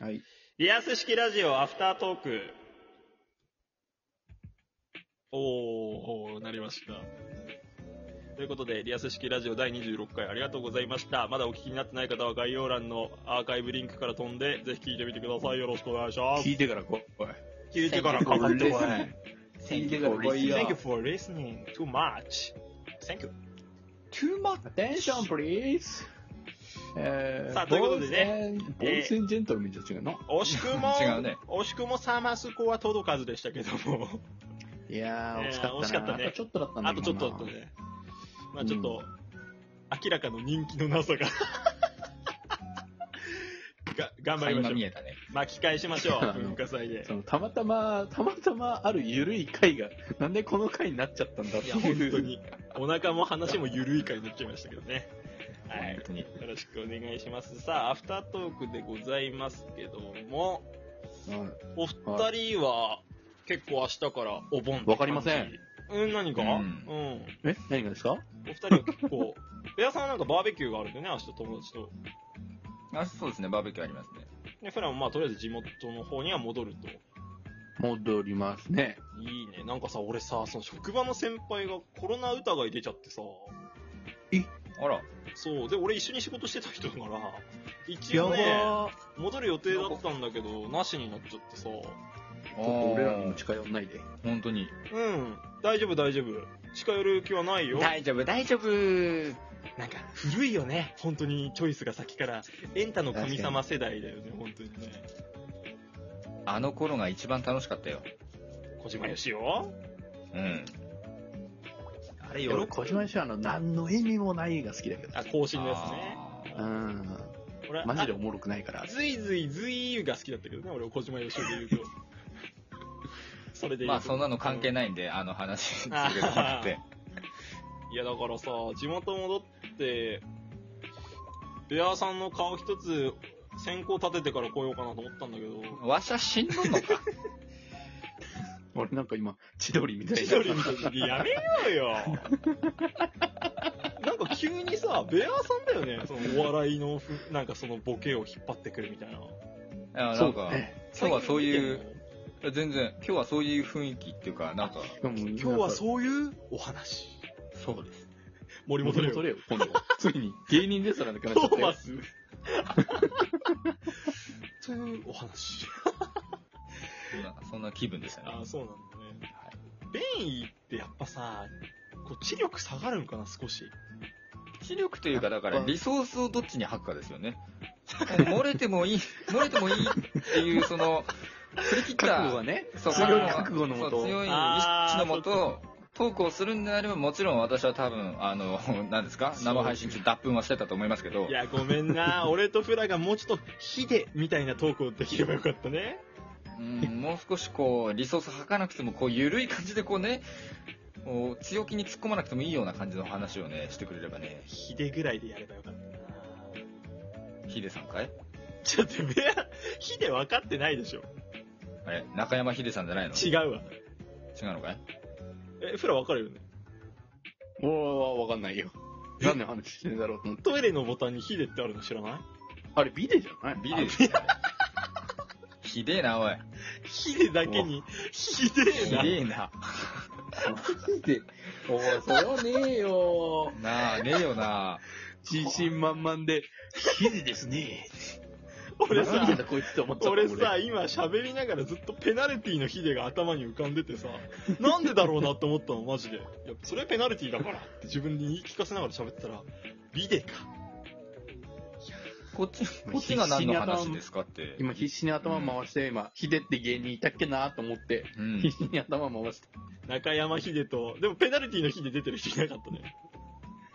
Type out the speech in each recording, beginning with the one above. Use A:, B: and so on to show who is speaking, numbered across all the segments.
A: はい。
B: リアス式ラジオアフタートーク。おー、おーなりました。ということで、リアス式ラジオ第26回ありがとうございました。まだお聞きになってない方は概要欄のアーカイブリンクから飛んで、ぜひ聞いてみてください。よろしくお願いします。
C: 聞いてから来い。
B: 聞いてからかかってこい。
A: Thank you for
B: Thank you
C: listening.
A: listening.
B: for listening too much. Thank you.
A: Too much attention, please. えー
B: さあということでね、
A: ボーイズジェントルメンじゃ違うの、
B: 惜しく も、
C: 違うね
B: 惜しくもサマスコは届かずでしたけども、
A: いやー、惜しかっ
B: え
A: たな。
B: ー惜しかったね
A: あとちょっとだったんだ
B: あ
A: け
B: と
A: ど
B: ちょっ
A: な
B: とだった。ね。まあちょっと、明らかの人気のなさがが。頑張りましょ
C: 垣間
B: う
C: 見。えたね。
B: 巻き返しましょ
A: あ
B: う、
A: の
B: 文化祭で
A: そ。のたまたま、たまたまある緩い回が、なんでこの回になっちゃったんだって
B: い
A: い
B: や、
A: う。
B: 本当に、お腹も話も緩い回になっちゃいましたけどね。はい
C: 本。当に。
B: よろしくお願いします。さあ、アフタートークでございますけども、
A: はい
B: お二人は、結構明日からお盆って感じ
A: わかりません。
B: うん、何か、う、
C: うんん
A: え何がですか
B: お二人は結構、 ベアさんはなんかバーベキューがあるんだよね、明日友達と。
C: あ、そうですね、バーベキューありますね。
B: で、フランはまあとりあえず地元の方には戻ると。
A: 戻りますね。
B: いいね。なんかさ、俺さ、その職場の先輩がコロナ疑い出ちゃってさ、
C: あら、
B: そう。で、俺一緒に仕事してた人だから、一
A: や
B: 応
A: ば
B: ね、
A: ー。
B: 戻る予定だったんだけど、なしになっちゃってさ、
A: ちょっと俺らにも近寄んないで。
C: 本当に。
B: うん、大丈夫大丈夫。近寄る気はないよ。
C: 大丈夫、大丈夫。
B: なんか、古いよね。本当に、チョイスが先から。エンタの神様世代だよね、本当にね。
C: あの頃が一番楽しかったよ。
B: 小島よしお
C: うん。あれ
A: 俺、小島よしはあの、何の意味もないが好きだけど。
B: あ、更新のやつね。
A: う
B: あ
A: ん。
B: 俺、
A: マジでおもろくないから
B: あ。。ずいずいずいが好きだったけどね、俺、小島よしおで言 うと。それで言うと
C: まあそんなの関係ないんで、あの話続けてもらって。
B: いや、だからさ、地元戻って、ベアさんの顔一つ、線香立ててから来ようかなと思ったんだけ ど、
C: わしゃ死んどんのか。
A: 俺なんか今、千鳥みたい
B: 千
A: な。
B: 鳥みたいにやめようよ。 なんか急にさ、ベアさんだよね、そのお笑いのふ、なんかそのボケを引っ張ってくるみたいな。
C: いやな
A: そ
C: ん
A: うだ
C: か、
A: ね。
C: 今日はそういう、全然、今日はそういう雰囲気っていうか、なんか、
A: 今
B: 今日はそういうお話。
A: そうです。
B: 森本
A: 戻
B: レ
A: れ
B: オ。
A: よ、
B: ト
A: 今度は。ついに芸人レストランでかなっちゃった
B: ーマ
A: よ。
B: ス。というお話。
C: そんなそんな気分でしたね。
B: ああ、そうなんだね。便意ってやっぱさ、こう知力下がるんかな、少し。
C: 知力というか、だか
A: やっ
C: ら、
A: ぱ
C: リソースをどっちに吐くかですよね。漏れてもいい、漏れてもいいっていう、その、振り切った、
A: 覚悟はね。
C: そう
A: 強い覚悟のも
C: そ
A: と
C: う強い意
B: あー
C: 志のもと、トークをするんであれば、もちろん私は多分、あの、 何ですか
B: そう
C: 生配信中脱粉はしてたと思いますけど
B: い、や、ごめんな。 俺とフラがもうちょっと、ヒデみたいなトークをできればよかったね。
C: うんもう少しこう、リソース吐かなくても、こう、緩い感じでこうね、こう強気に突っ込まなくてもいいような感じの話をね、してくれればね、
B: ヒデぐらいでやればよかったな。
C: ヒデさんかい
B: ちょっと、ベア、ヒデ分かってないでしょ。
C: あれ、中山ヒデさんじゃないの違
B: 違うわ。
C: うのかい
B: え、フラ分かるよね。
A: 俺はわかんないよ。何の話してんだろうと思って。
B: トイレのボタンにヒデってあるの知らない
A: あれ、ビデじゃない
C: ビデですよ。 ひでえな、おい。
B: ヒデだけに、ヒデ
C: ひ
B: な。
C: でえな。
A: ビデ。おい、それはねえよ。
C: なあ、ねえよな。
A: 自信満々で、ヒデですね。
B: 俺
A: なんで
B: さ、
A: だこいつって思っちゃった。
B: 俺さ、今喋りながらずっとペナルティのヒデが頭に浮かんでてさ、なんでだろうなって思ったの、マジで。いや、それはペナルティだからって自分に言い聞かせながら喋ってたら、ビデか。
C: こっち、こっちが何の話ですかって。
A: 今必死に頭回して、今、ヒデって芸人いたっけなと思って、
C: うん。
A: 必死に頭回して。
B: 中山ヒデと、でもペナルティのヒデ出てる人いなかったね。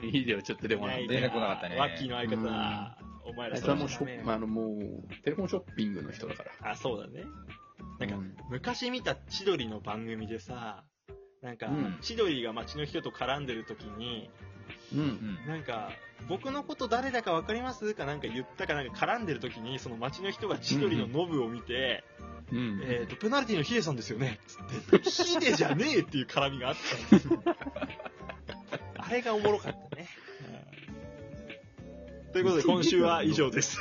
A: ヒデはちょっとでもな
B: ないい
C: 出てこなかったね
B: ワッキーの相方、お前
A: あ
B: ら
A: いつ
B: そ
A: は
B: う
A: もう
B: だ
A: ショッ、
B: ね
A: まあ、あの、もう、テレフォンショッピングの人だから。
B: あ、そうだね。なんか
A: う
B: 昔見た千鳥の番組でさ、なんか
A: うん、
B: 千鳥が街の人と絡んでる時に、
A: うん。
C: うん
B: なんか、僕のこと誰だか分かりますかなんか言ったかなんか絡んでる時に、その街の人が千鳥のノブを見て、
A: うん。
B: えっ、と、ペナルティのヒデさんですよねつって、ヒデじゃねえっていう絡みがあったんですよ。あれがおもろかったね。 うんということで、今週は以上です。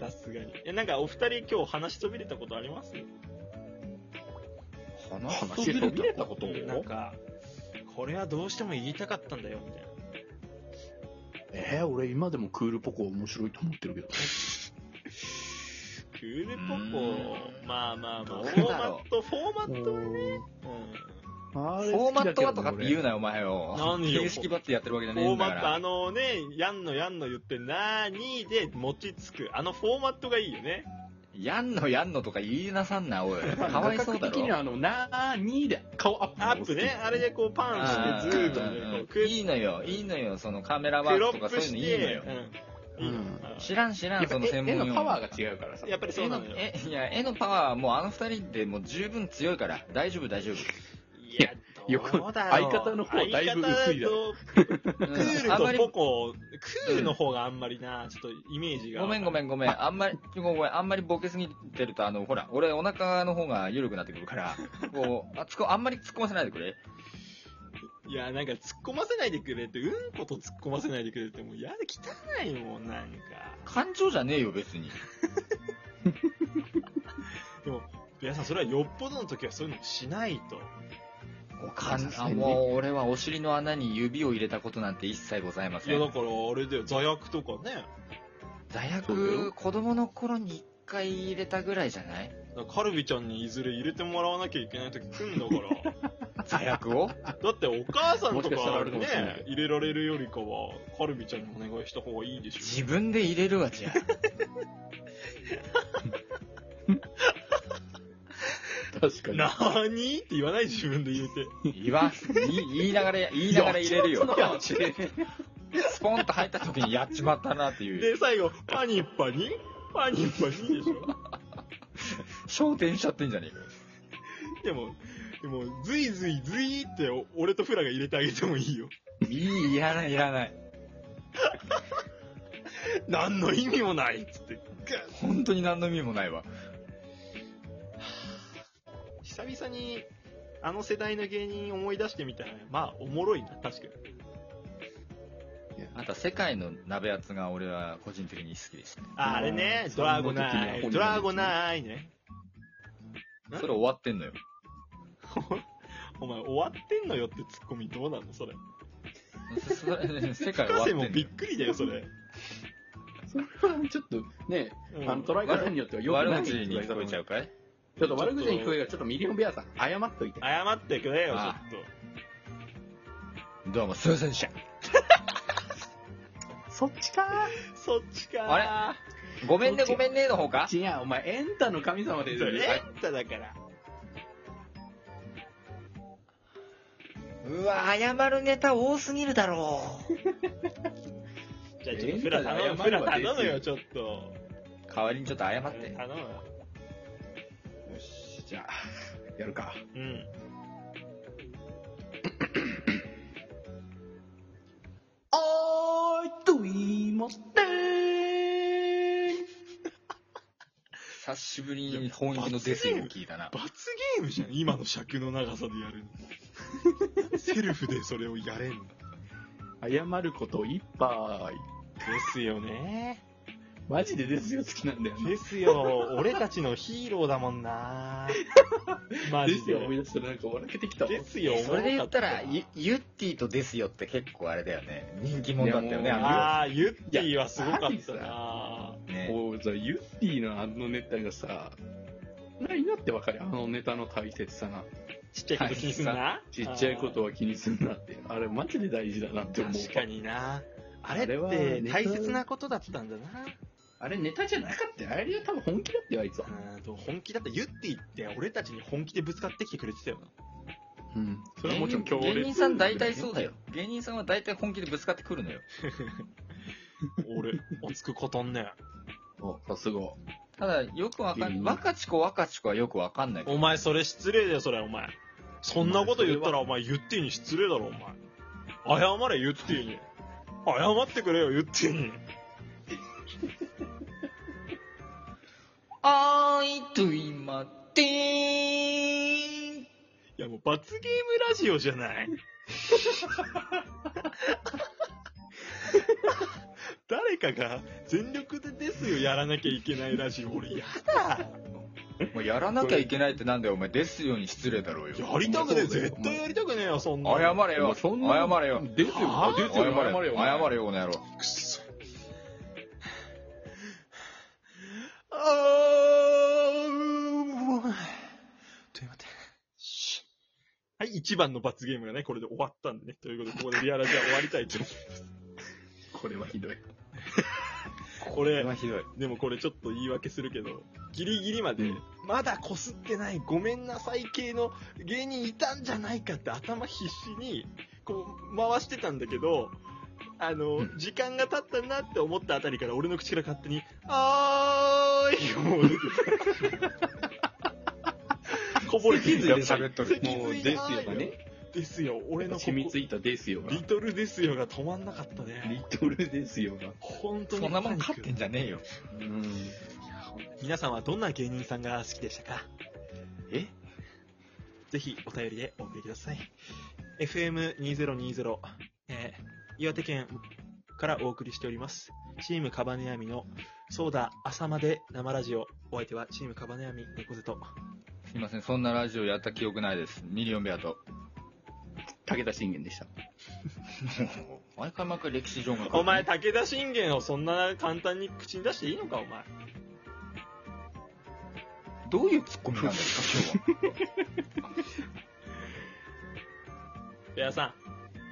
B: さすすがに。え、なんかお二人今日話しそびれたことあります
C: 話
A: しそ
C: そ
A: び
C: び
A: れ
C: れ
A: た
C: た
A: こ
C: ことと
A: を
B: なんか、これはどうしても言いたかったんだよ、みたいな。
A: えー、俺今でもクールポコ面白いと思ってるけど。
B: クールポ
C: う
B: コ、まあまあまあ、
C: どう
B: フォーマ
C: だろう
B: ット、フォーマットはね、
A: あれ
C: フォーマットはとかって言う
A: う
C: なよ、お前よ。
B: 何よ
C: 形式ばってやってるわけじゃ
B: フ
C: ねえ
B: ォー
C: ん
B: マ
C: だか
B: ット、あ
C: ら。
B: のね、やんのやんの言って、なーにーで餅つく。あのフォーマットがいいよね。
C: やんのやんのとか言いなさんな、おい。かわいそうだ
A: 的に
C: ろ。
A: はあの、なーにーで顔アップ
B: アップね、あれでこうパンして、ずーっとね
C: うん、
B: こ
C: う
B: うんク
C: いいのよ、いいのよ、そのカメラ
B: ク
C: ワー
B: ロ
C: クとか
B: ッ
C: そう
B: プ
C: いうの
B: し
C: いいの
B: て
C: よ。、
B: うんいいの
A: うん
C: 知らん知ら
A: や
C: ん、
A: っぱ
C: その専門用語
A: 絵のパワーが違うからさ。
B: やっぱりそう
C: 絵
B: な
C: の
B: のよ。
C: えいや絵のパワーはもうあの二人でもう十分強いから大丈夫大丈夫、
B: いや、
A: よく
B: どうだろう
A: 相方の方だいぶ薄いだろ
B: 相方とク
C: うんあん
B: ー
C: ま
B: ル
C: り
B: とポコ、クールの方があんまりな、ちょっとイメージが。
C: ごめんごめんごめんあんまりごめんあんまりボケすぎてるとあのほら俺お腹の方が緩くなってくるからこうあつこあんまり突っ込ませないでくれ
B: いや、なんか突っ込ませないでくれって、うんこと突っ込ませないでくれって、もうやだ、汚いもん、なんか。
C: 感情じゃねえよ別に
B: 皆さん、それはよっぽどの時はそういうのしないと。
C: おかん
A: さすが
C: あ
A: にね
C: もう俺はお尻の穴に指を入れたことなんて一切ございま
B: い
C: せ
B: や、
C: ん
B: だから、あれだよ、座薬とかね。
C: 座
A: そうだよ
C: 薬子供の頃に一回入れたぐらいじゃない
B: だからカルビちゃんにいずれ入れてもらわなきゃいけない時来んだ から。
C: 座薬を
B: だってお母さん
A: もし
B: と
A: かしたらあ
B: か
A: るかもしれな
B: ね
A: い、
B: 入れられるよりかは、カルビちゃんにお願いした方がいいでしょ。
C: 自分で入れるわじゃあ
A: 確かに。
B: なーにって言わない自分で言うて。
C: 言わ言い言いながら言いながら入れるよ
A: いやちょっと
C: スポンと入った時にやっちまったなっていう。
B: で、最後、パニッパニパニッパニでしょ。
C: 焦点しちゃってんじゃねえか
B: で
C: よ。
B: も、でも、ずいずいずいってお俺とフラが入れてあげてもいいよ。
C: いい、いらない、いらない。
B: 何の意味もないっつって。
C: 本当に何の意味もないわ。
B: 久々に、あの世代の芸人思い出してみたら、まあ、おもろいな、確かに。
C: あとは世界の鍋厚が俺は個人的に好きでした。
B: あ、あれね、ドラゴナイ、ドラゴナイね。
C: それ終わってんのよ。
B: お前、終わってんのよってツッコミどうなのそれ。
C: それ世界終わ
B: 博
C: って
B: 士
C: んの
B: も
C: よ。
B: びっくりだよ、それ。
A: それはちょっとね、
B: うん
A: あの、捉え方によってはよく
C: 悪
A: ない
C: 口に聞こえちゃうかい
A: ちょっと悪口に聞こえるから、ちょっとミリオンベアさん、謝っといて。
B: 謝ってくれよ、ちょっ
C: あ
B: と。
C: どうも、すいませんでした。
A: そっちか
B: そっちかー。
C: あごめんね、ごめんねの方か
A: 違う、お前、エンタの神様で
B: れ
A: すよ。
B: レンタだから。
C: うわ、謝るネタ多すぎるだろ
B: じゃあ、ちょっとフラ頼む、フラ頼むよ、ちょっと。
C: う。代わりにちょっと謝って。
B: 頼むよ。
A: よし、じゃあ、やるか。
B: うん。
A: I do must
C: 久しぶりに本気のデスを聞いたな。
B: 罰ゲームじゃん、今の尺の長さでやる の。セルフでそれをやれんの。
A: 謝ることいっぱい。
B: ですよね。
A: マジでですよ、好きなんだよね。
B: ですよ。俺たちのヒーローだもん な。マ
A: で
B: ジ
A: すよ、思い
B: で。
A: 出したらなんか笑けてきたわ。
B: ですよ、
C: それで言ったら、
B: い
C: ゆゆってぃとですよって結構あれだよね。人気者だったよ
A: い
C: ね、
A: やもう
C: あ
B: あー、ユッティはすごかったな。
C: のね。
A: もうさ、ユッティのあのネタがさ、ないなってわかる。あのネタの大切さな。
B: ちっちゃいこと気にすんな。
A: ちっちゃいことは気にするなって。あれ、マジで大事だなって思う。
B: 確かにな。あれっ
A: あれは
B: て大切なことだったんだな。
A: あれネタじゃなかったよ。あれは多分本気だったよ、あいつは。
B: うんと本気だった。ユッティって俺たちに本気でぶつかってきてくれてたよな。
A: うん。それは
C: 芸
A: もちろ
C: 人
A: ん強烈。
C: 芸人さん大体そうだよ。。芸人さんは大体本気でぶつかってくるのよ。
B: 俺、おつくことんね。
A: お、さすが。
C: ただ、よくわか
A: 芸人
C: ん、若ち子若ち子はよくわかんないけど。
B: お前それ失礼だよ、それ、お前。そんなこと言ったら、お前、ユッティに失礼だろ、お前。謝れ、ユッティに。謝ってくれよ、ユッティに。
C: I do my thing!
B: いや、もう罰ゲームラジオじゃない。誰誰かが全力でですよ、やらなきゃいけないラジオ。俺、やだ。
C: もうやらなきゃいけないってなんだよ、お前。ですように失礼だろうよ。
B: やりたくねえ。
A: そうだよ
B: 絶対やりたくねえよ、そんなの。
C: 謝れ
A: お前
C: よ。
A: そんな
C: 謝れよ。
A: ですよ、
B: はあ
A: 出て
C: 謝
A: よ
C: れよ。謝れよ、
A: お
C: この野
A: 前
C: 郎。
B: くっそ。あー、うわちょっと待って。シュッはい、一番の罰ゲームがね、これで終わったんでね。ということで、ここでリアラジは終わりたいと思い
A: これはひどい。
B: ます。これ、
C: 今ひどい。
B: でもこれちょっと言い訳するけど、ギリギリまで、
A: うん
B: まだこすってない、ごめんなさい系の芸人いたんじゃないかって頭必死に、こう、回してたんだけど、あの、
A: うん
B: 時間が経ったなって思ったあたりから俺の口から勝手に、あーいもう出てたこぼれて
A: 脊髄で
C: 喋っとる
B: 脊
A: もう、
B: 髄
A: ですよ
B: あーい
A: がね、
B: ですよ、俺のここ
A: 染みついたですよが、
B: リ
A: リ
B: トルですよが止まんなかったね。
A: トルですよが。
B: 本当に。
C: そんなもん勝ってんじゃねえよ。
A: うん。
B: 皆さんはどんな芸人さんが好きでしたか
A: え
B: ぜひお便りでお送りください。FM2020、えー岩手県からお送りしております。チームカバネアミの、そうだ、朝まで生ラジオ。お相手はチームカバネアミ猫背と。
C: すいません、そんなラジオやった記憶ないです。ミリオンベアと。
A: 武田信玄でした。
C: 毎回毎回歴史上が。
B: お前、武田信玄をそんな簡単に口に出していいのか、お前。
C: どういうツッコミなんですか、今日
B: ベアさ
C: は。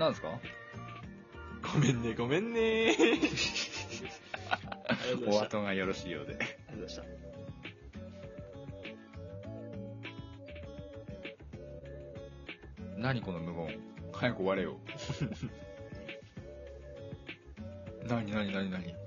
C: なんですか
B: ん。ごめんね、ごめんね ありがとうございま
C: お
B: した。あ
C: 後がよろしいようで。
B: りがとうございました。
C: 何この無言。早く終われよ。何何何何